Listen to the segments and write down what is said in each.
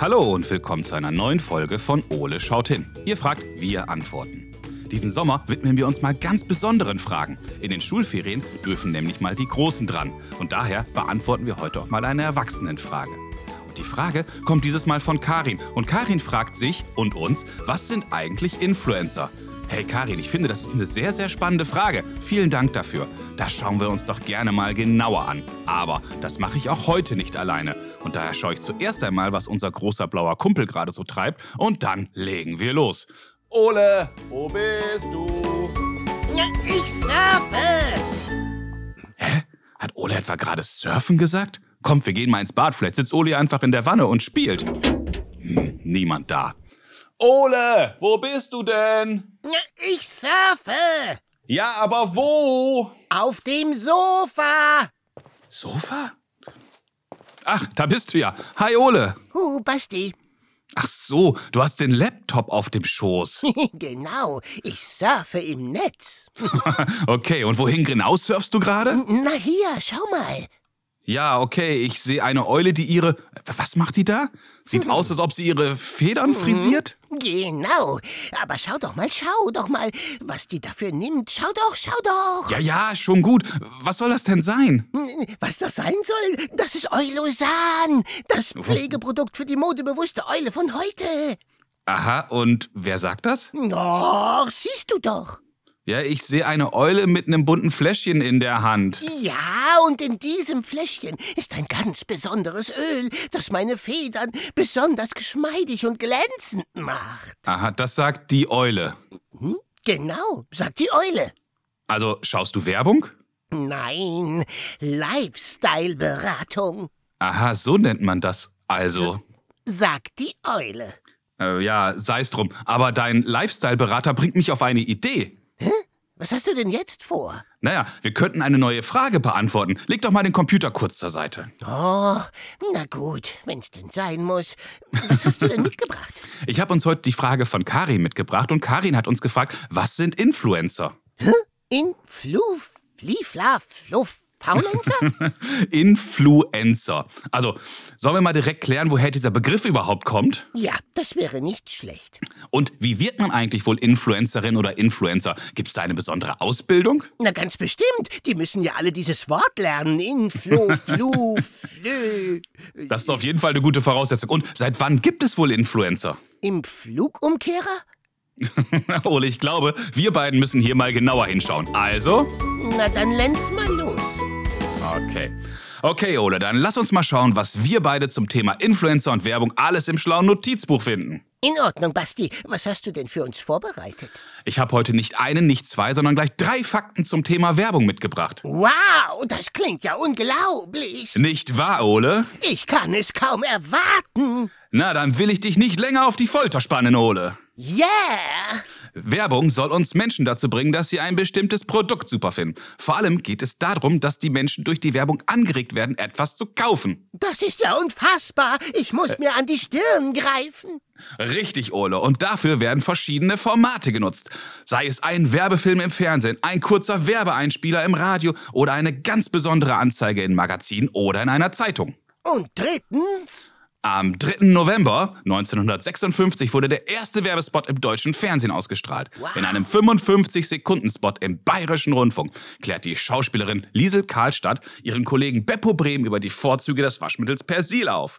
Hallo und willkommen zu einer neuen Folge von Ole schaut hin. Ihr fragt, wir antworten. Diesen Sommer widmen wir uns mal ganz besonderen Fragen. In den Schulferien dürfen nämlich mal die Großen dran. Und daher beantworten wir heute auch mal eine Erwachsenenfrage. Und die Frage kommt dieses Mal von Karin. Und Karin fragt sich und uns, was sind eigentlich Influencer? Hey Karin, ich finde, das ist eine sehr, sehr spannende Frage. Vielen Dank dafür. Das schauen wir uns doch gerne mal genauer an. Aber das mache ich auch heute nicht alleine. Und daher schaue ich zuerst einmal, was unser großer blauer Kumpel gerade so treibt. Und dann legen wir los. Ole, wo bist du? Ja, Ich surfe! Hat Ole etwa gerade Surfen gesagt? Kommt, wir gehen mal ins Bad. Vielleicht sitzt Ole einfach in der Wanne und spielt. Hm, niemand da. Ole, wo bist du denn? Ja, Ich surfe! Ja, aber wo? Auf dem Sofa! Sofa? Ach, da bist du ja. Hi, Ole. Huh, Basti. Ach so, du hast den Laptop auf dem Schoß. genau, ich surfe im Netz. Okay, und wohin genau surfst du gerade? Na hier, schau mal. Ja, okay, ich sehe eine Eule, die ihre. Was macht die da? Sieht aus, als ob sie ihre Federn frisiert? Genau, aber schau doch mal, schau doch mal, was die dafür nimmt. Schau doch, schau doch. Ja, ja, schon gut. Was soll das denn sein? Hm, Was das sein soll, das ist Eulosan, das Pflegeprodukt für die modebewusste Eule von heute. Aha, und wer sagt das? Och, siehst du doch. Ja, ich sehe eine Eule mit einem bunten Fläschchen in der Hand. Ja, und in diesem Fläschchen ist ein ganz besonderes Öl, das meine Federn besonders geschmeidig und glänzend macht. Aha, das sagt die Eule. Hm? Genau, sagt die Eule. Also schaust du Werbung? Nein, Lifestyle-Beratung, Aha, so nennt man das. Also, sagt die Eule. äh, ja, sei's drum. Aber dein Lifestyle-Berater bringt mich auf eine Idee. Was hast du denn jetzt vor? Naja, wir könnten eine neue Frage beantworten. Leg doch mal den Computer kurz zur Seite. Oh, na gut, wenn's denn sein muss. Was hast du denn mitgebracht? Ich habe uns heute die Frage von Karin mitgebracht und Karin hat uns gefragt, was sind Influencer? In Fluf, Flifla, Fluff, Faulenzer? Influencer. Also, sollen wir mal direkt klären, woher dieser Begriff überhaupt kommt? ja, das wäre nicht schlecht. Und wie wird man eigentlich wohl Influencerin oder Influencer? Gibt es da eine besondere Ausbildung? Na ganz bestimmt. Die müssen ja alle dieses Wort lernen. Inflo, flu, flö. Das ist auf jeden Fall eine gute Voraussetzung. Und seit wann gibt es wohl Influencer? Im Flugumkehrer? Ole, ich glaube, wir beiden müssen hier mal genauer hinschauen. Also? Na dann lenz mal los. Okay. Okay, Ole, dann lass uns mal schauen, was wir beide zum Thema Influencer und Werbung alles im schlauen Notizbuch finden. In Ordnung, Basti. Was hast du denn für uns vorbereitet? Ich habe heute nicht einen, nicht zwei, sondern gleich drei Fakten zum Thema Werbung mitgebracht. Wow, das klingt ja unglaublich. Nicht wahr, Ole? Ich kann es kaum erwarten. Na, dann will ich dich nicht länger auf die Folter spannen, Ole. Yeah. Werbung soll uns Menschen dazu bringen, dass sie ein bestimmtes Produkt super finden. Vor allem geht es darum, dass die Menschen durch die Werbung angeregt werden, etwas zu kaufen. Das ist ja unfassbar. Ich muss mir an die Stirn greifen. Richtig, Ole. Und dafür werden verschiedene Formate genutzt. Sei es ein Werbefilm im Fernsehen, ein kurzer Werbeeinspieler im Radio oder eine ganz besondere Anzeige in Magazinen oder in einer Zeitung. Und drittens. Am 3. November 1956 wurde der erste Werbespot im deutschen Fernsehen ausgestrahlt. Wow. In einem 55-Sekunden-Spot im Bayerischen Rundfunk klärt die Schauspielerin Liesel Karlstadt ihren Kollegen Beppo Brehm über die Vorzüge des Waschmittels Persil auf.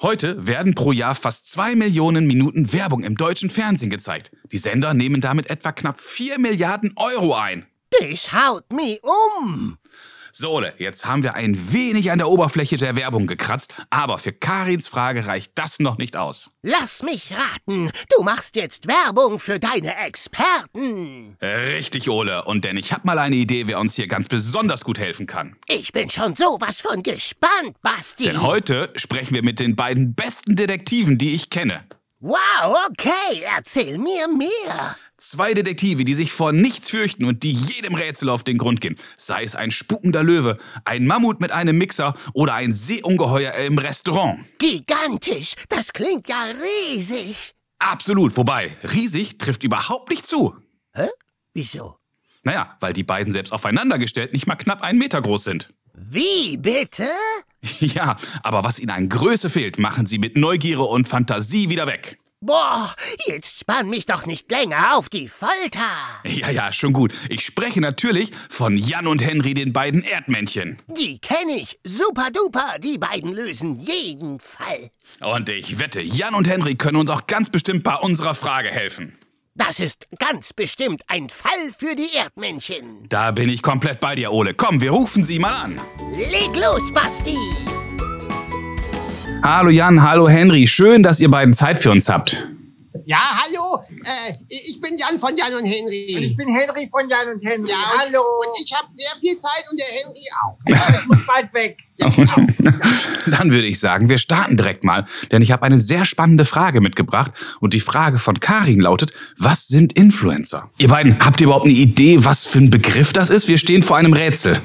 Heute werden pro Jahr fast zwei Millionen Minuten Werbung im deutschen Fernsehen gezeigt. Die Sender nehmen damit etwa knapp 4 Milliarden Euro ein. Das haut mich um. So, Ole, jetzt haben wir ein wenig an der Oberfläche der Werbung gekratzt, aber für Karins Frage reicht das noch nicht aus. Lass mich raten, du machst jetzt Werbung für deine Experten. Richtig, Ole. Und denn ich hab mal eine Idee, wer uns hier ganz besonders gut helfen kann. Ich bin schon sowas von gespannt, Basti. Denn heute sprechen wir mit den beiden besten Detektiven, die ich kenne. wow, okay, erzähl mir mehr. Zwei Detektive, die sich vor nichts fürchten und die jedem Rätsel auf den Grund gehen. Sei es ein spukender Löwe, ein Mammut mit einem Mixer oder ein Seeungeheuer im Restaurant. Gigantisch, das klingt ja riesig. Absolut, wobei riesig trifft überhaupt nicht zu. Hä? Wieso? Naja, weil die beiden selbst aufeinander gestellt nicht mal knapp einen Meter groß sind. Wie bitte? Ja, aber was ihnen an Größe fehlt, machen sie mit Neugierde und Fantasie wieder weg. Boah, jetzt spann mich doch nicht länger auf die Folter. Ja, ja, schon gut. Ich spreche natürlich von Jan und Henry, den beiden Erdmännchen. Die kenne ich. Super duper, die beiden lösen jeden Fall. Und ich wette, Jan und Henry können uns auch ganz bestimmt bei unserer Frage helfen. Das ist ganz bestimmt ein Fall für die Erdmännchen. Da bin ich komplett bei dir, Ole. Komm, wir rufen sie mal an. Leg los, Basti. Hallo Jan, hallo Henry. Schön, dass ihr beiden Zeit für uns habt. Ja, hallo, äh, ich bin Jan von Jan und Henry. Ich bin Henry von Jan und Henry. ja, und, Hallo. Und ich habe sehr viel Zeit und der Henry auch. ich muss bald weg. Dann würde ich sagen, wir starten direkt mal, denn ich habe eine sehr spannende Frage mitgebracht und die Frage von Karin lautet, was sind Influencer? Ihr beiden, habt ihr überhaupt eine Idee, was für ein Begriff das ist? Wir stehen vor einem Rätsel.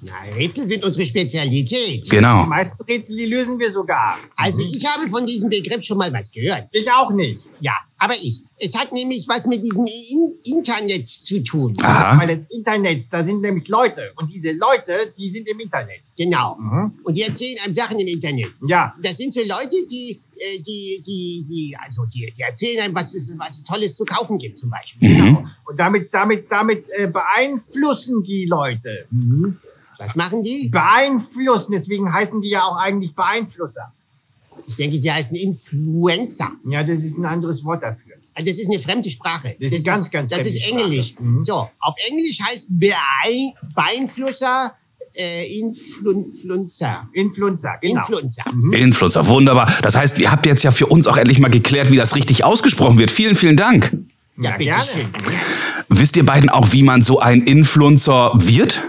Na, Rätsel sind unsere Spezialität. Die Genau. meisten Rätsel, die lösen wir sogar. Also ich habe von diesem Begriff schon mal was gehört. Ich auch nicht. Ja, aber ich. Es hat nämlich was mit diesem In Internet zu tun. Aha. Weil das Internet, da sind nämlich Leute. Und diese Leute, die sind im Internet. Genau. Und die erzählen einem Sachen im Internet. Mhm. Ja. Das sind so Leute, die, äh, die, die, die, also die, die erzählen einem, was es, was es Tolles zu kaufen gibt zum Beispiel. Genau. Und damit, damit, damit äh, beeinflussen die Leute. Mhm. Was machen die? Beeinflussen, deswegen heißen die ja auch eigentlich Beeinflusser. Ich denke, sie heißen Influencer. Ja, das ist ein anderes Wort dafür. Also das ist eine fremde Sprache. Das ist ganz, ganz Das ist fremde Englisch. Sprache. Mhm. So, auf Englisch heißt Beein Beeinflusser, äh, Influencer. Influencer, genau. Influencer. Influencer, wunderbar. Das heißt, ihr habt jetzt ja für uns auch endlich mal geklärt, wie das richtig ausgesprochen wird. Vielen, vielen Dank. Ja, Ja, bitte gerne. schön. Wisst ihr beiden auch, wie man so ein Influencer wird?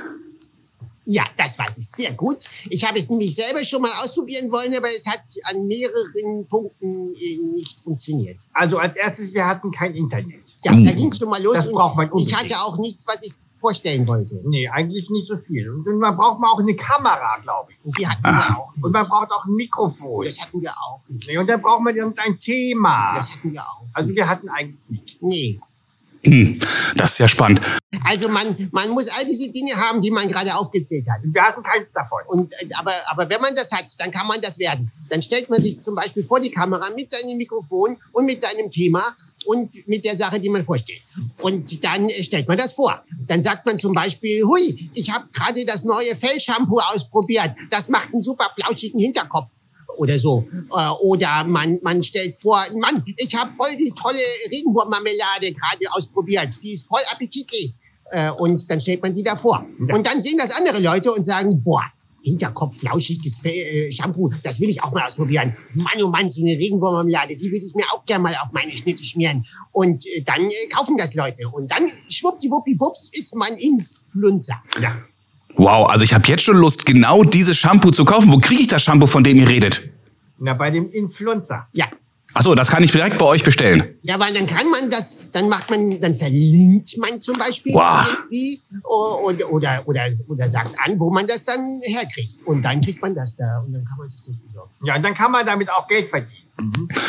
Ja, das weiß ich sehr gut. Ich habe es nämlich selber schon mal ausprobieren wollen, aber es hat an mehreren Punkten äh, nicht funktioniert. Also als erstes, wir hatten kein Internet. Ja, da ging schon mal los. Mhm. Das und braucht man ich unbedingt. hatte auch nichts, was ich vorstellen wollte. Nee, eigentlich nicht so viel. Und man braucht mal auch eine Kamera, glaube ich. Und die hatten wir auch. Und man braucht auch ein Mikrofon. Das hatten wir auch. Nee, und dann braucht man irgendein Thema. Das hatten wir auch. Also wir hatten eigentlich nichts. Nee. Hm, das ist ja spannend. Also man, man muss all diese Dinge haben, die man gerade aufgezählt hat. Wir hatten keins davon. Und, äh, aber, aber wenn man das hat, dann kann man das werden. Dann stellt man sich zum Beispiel vor die Kamera mit seinem Mikrofon und mit seinem Thema und mit der Sache, die man vorstellt. Und dann äh, stellt man das vor. Dann sagt man zum Beispiel, hui, ich habe gerade das neue Fellshampoo ausprobiert. Das macht einen super flauschigen Hinterkopf. Oder so. Äh, Oder man, man stellt vor, Mann, ich habe voll die tolle Regenwurmmarmelade gerade ausprobiert. Die ist voll appetitlich. Äh, Und dann stellt man die da vor. Und dann sehen das andere Leute und sagen, boah, Hinterkopf, flauschiges Fe äh, Shampoo, das will ich auch mal ausprobieren. Mann, oh Mann, so eine Regenwurmmarmelade, die würde ich mir auch gerne mal auf meine Schnitte schmieren. Und äh, dann äh, kaufen das Leute. Und dann, schwuppdiwuppiwupps, ist man Influencer. Ja. Wow, also ich habe jetzt schon Lust, genau dieses Shampoo zu kaufen. Wo kriege ich das Shampoo, von dem ihr redet? Na, bei dem Influencer. Ja. Achso, das kann ich direkt bei euch bestellen. Ja, weil dann kann man das, dann macht man, dann verlinkt man zum Beispiel Wow. irgendwie o- oder, oder, oder, oder sagt an, wo man das dann herkriegt. Und dann kriegt man das da und dann kann man sich das besorgen. Ja, und dann kann man damit auch Geld verdienen.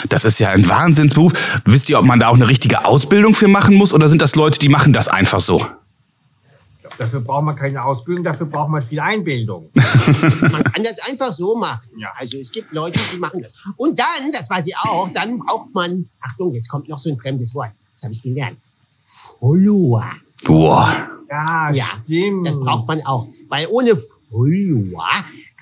Das ist ja ein Wahnsinnsberuf. Wisst ihr, ob man da auch eine richtige Ausbildung für machen muss oder sind das Leute, die machen das einfach so? Dafür braucht man keine Ausbildung, dafür braucht man viel Einbildung. Man kann das einfach so machen. Ja. Also es gibt Leute, die machen das. Und dann, das weiß ich auch, dann braucht man, Achtung, jetzt kommt noch so ein fremdes Wort. Das habe ich gelernt. Follower. Wow. Ja, Ja, stimmt. Das braucht man auch. Weil ohne Follower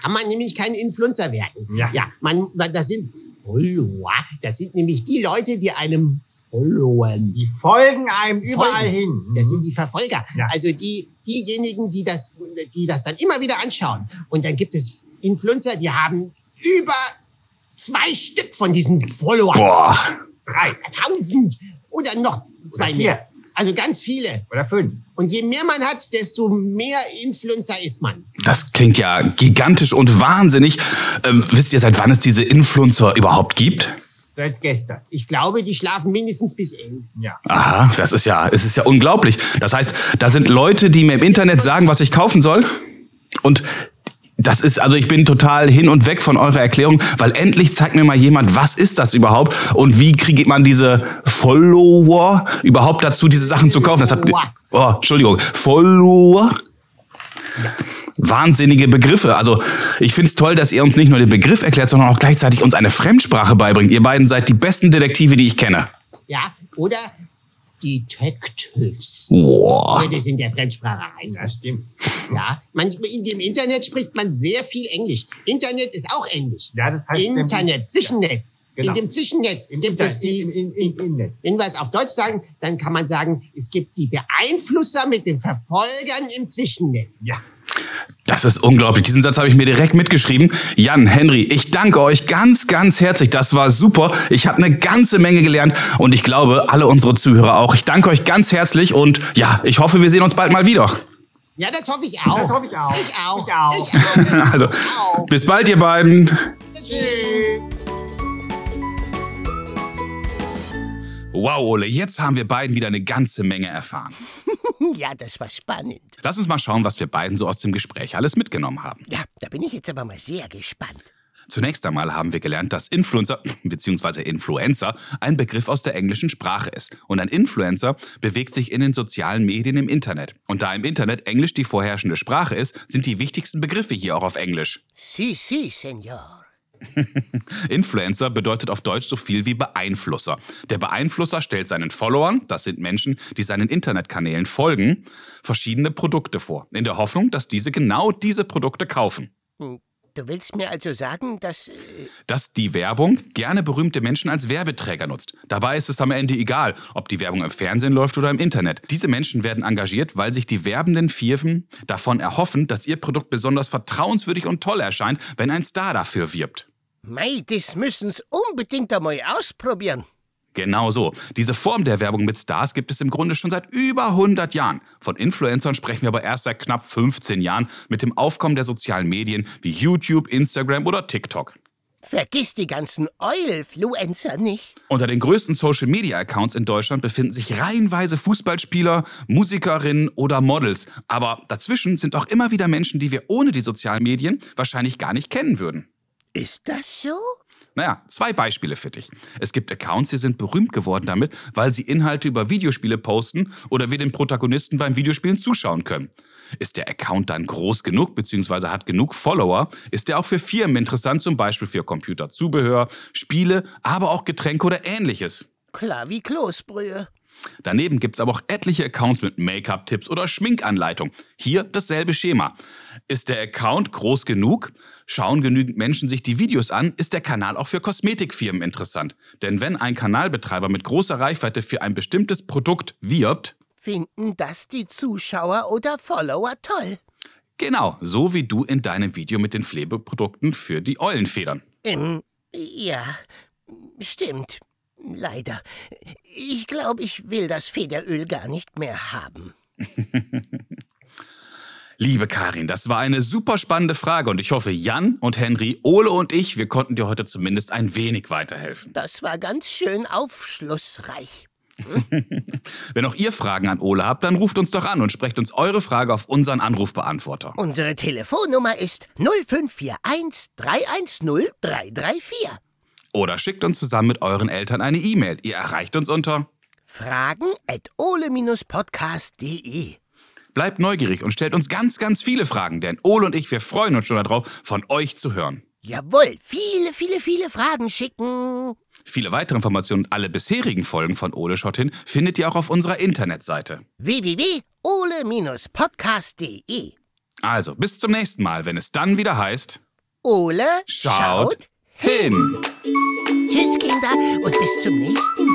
kann man nämlich kein Influencer werden. Ja. ja man, man- das sind Follower. Das sind nämlich die Leute, die einem followen. Die folgen einem Folgen. überall hin. Mhm. Das sind die Verfolger. Ja. Also die, diejenigen, die das, die das dann immer wieder anschauen. Und dann gibt es Influencer, die haben über zwei Stück von diesen Followern. Boah. 3000 oder noch zwei Oder vier. mehr. Also ganz viele. Oder fünf. Und je mehr man hat, desto mehr Influencer ist man. Das klingt ja gigantisch und wahnsinnig. Ähm, wisst ihr, seit wann es diese Influencer überhaupt gibt? Seit gestern. Ich glaube, die schlafen mindestens bis elf. Ja. Aha, das ist ja, es ist ja unglaublich. Das heißt, da sind Leute, die mir im Internet sagen, was ich kaufen soll. Und das ist, also ich bin total hin und weg von eurer Erklärung, weil endlich zeigt mir mal jemand, was ist das überhaupt und wie kriegt man diese Follower überhaupt dazu, diese Sachen zu kaufen. Das hat, Follower. oh, Entschuldigung, Follower? Wahnsinnige Begriffe. Also, ich finde es toll, dass ihr uns nicht nur den Begriff erklärt, sondern auch gleichzeitig uns eine Fremdsprache beibringt. Ihr beiden seid die besten Detektive, die ich kenne. Ja, oder Detectives Boah. würde es in der Fremdsprache heißen. Ja, stimmt. Ja, man, in dem Internet spricht man sehr viel Englisch. Internet ist auch Englisch. Ja, das heißt nämlich- Internet, Zwischennetz. genau. In dem Zwischennetz Im gibt es Internet, die, im, im, im, im Netz. wenn wir es auf Deutsch sagen, dann kann man sagen, es gibt die Beeinflusser mit den Verfolgern im Zwischennetz. Ja. Das ist unglaublich. Diesen Satz habe ich mir direkt mitgeschrieben. Jan, Henry, ich danke euch ganz, ganz herzlich. Das war super. Ich habe eine ganze Menge gelernt und ich glaube, alle unsere Zuhörer auch. Ich danke euch ganz herzlich und ja, ich hoffe, wir sehen uns bald mal wieder. Ja, das hoffe ich auch. Das hoffe ich auch. Ich auch. Ich auch. Ich auch. Also, bis bald, ihr beiden. Tschüss. Wow, Ole, jetzt haben wir beiden wieder eine ganze Menge erfahren. Ja, das war spannend. Lass uns mal schauen, was wir beiden so aus dem Gespräch alles mitgenommen haben. Ja, da bin ich jetzt aber mal sehr gespannt. Zunächst einmal haben wir gelernt, dass Influencer bzw. Influencer ein Begriff aus der englischen Sprache ist. Und ein Influencer bewegt sich in den sozialen Medien im Internet. Und da im Internet Englisch die vorherrschende Sprache ist, sind die wichtigsten Begriffe hier auch auf Englisch. Si, si, Senor. Influencer bedeutet auf Deutsch so viel wie Beeinflusser. Der Beeinflusser stellt seinen Followern, das sind Menschen, die seinen Internetkanälen folgen, verschiedene Produkte vor, in der Hoffnung, dass diese genau diese Produkte kaufen. Du willst mir also sagen, dass... Äh, dass die Werbung gerne berühmte Menschen als Werbeträger nutzt. Dabei ist es am Ende egal, ob die Werbung im Fernsehen läuft oder im Internet. Diese Menschen werden engagiert, weil sich die werbenden Firmen davon erhoffen, dass ihr Produkt besonders vertrauenswürdig und toll erscheint, wenn ein Star dafür wirbt. mei, das müssen's unbedingt einmal ausprobieren. Genau so. Diese Form der Werbung mit Stars gibt es im Grunde schon seit über 100 Jahren. Von Influencern sprechen wir aber erst seit knapp 15 Jahren mit dem Aufkommen der sozialen Medien wie YouTube, Instagram oder TikTok. Vergiss die ganzen Eulfluencer nicht. Unter den größten Social-Media-Accounts in Deutschland befinden sich reihenweise Fußballspieler, Musikerinnen oder Models. Aber dazwischen sind auch immer wieder Menschen, die wir ohne die sozialen Medien wahrscheinlich gar nicht kennen würden. Ist das so? Naja, zwei Beispiele für dich. Es gibt Accounts, die sind berühmt geworden damit, weil sie Inhalte über Videospiele posten oder wir den Protagonisten beim Videospielen zuschauen können. Ist der Account dann groß genug bzw. hat genug Follower, ist er auch für Firmen interessant, zum Beispiel für Computerzubehör, Spiele, aber auch Getränke oder ähnliches. Klar wie Kloßbrühe. Daneben gibt's aber auch etliche Accounts mit Make-up-Tipps oder Schminkanleitung. Hier dasselbe Schema. Ist der Account groß genug? Schauen genügend Menschen sich die Videos an, ist der Kanal auch für Kosmetikfirmen interessant. Denn wenn ein Kanalbetreiber mit großer Reichweite für ein bestimmtes Produkt wirbt, Finden das die Zuschauer oder Follower toll? genau, so wie du in deinem Video mit den Pflegeprodukten für die Eulenfedern. Ähm, ja, stimmt. Leider. Ich glaube, ich will das Federöl gar nicht mehr haben. Liebe Karin, das war eine super spannende Frage und ich hoffe, Jan und Henry, Ole und ich, wir konnten dir heute zumindest ein wenig weiterhelfen. Das war ganz schön aufschlussreich. Wenn auch ihr Fragen an Ole habt, dann ruft uns doch an und sprecht uns eure Frage auf unseren Anrufbeantworter. Unsere Telefonnummer ist 0541 310 334. Oder schickt uns zusammen mit euren Eltern eine E-Mail. Ihr erreicht uns unter. Fragen at ole-podcast.de. Bleibt neugierig und stellt uns ganz, ganz viele Fragen, denn Ole und ich, wir freuen uns schon darauf, von euch zu hören. Jawohl, viele, viele, viele Fragen schicken. Viele weitere Informationen und alle bisherigen Folgen von Ole schaut hin findet ihr auch auf unserer Internetseite. www.ole-podcast.de. Also, bis zum nächsten Mal, wenn es dann wieder heißt, Ole schaut hin. Tschüss, Kinder, und bis zum nächsten Mal.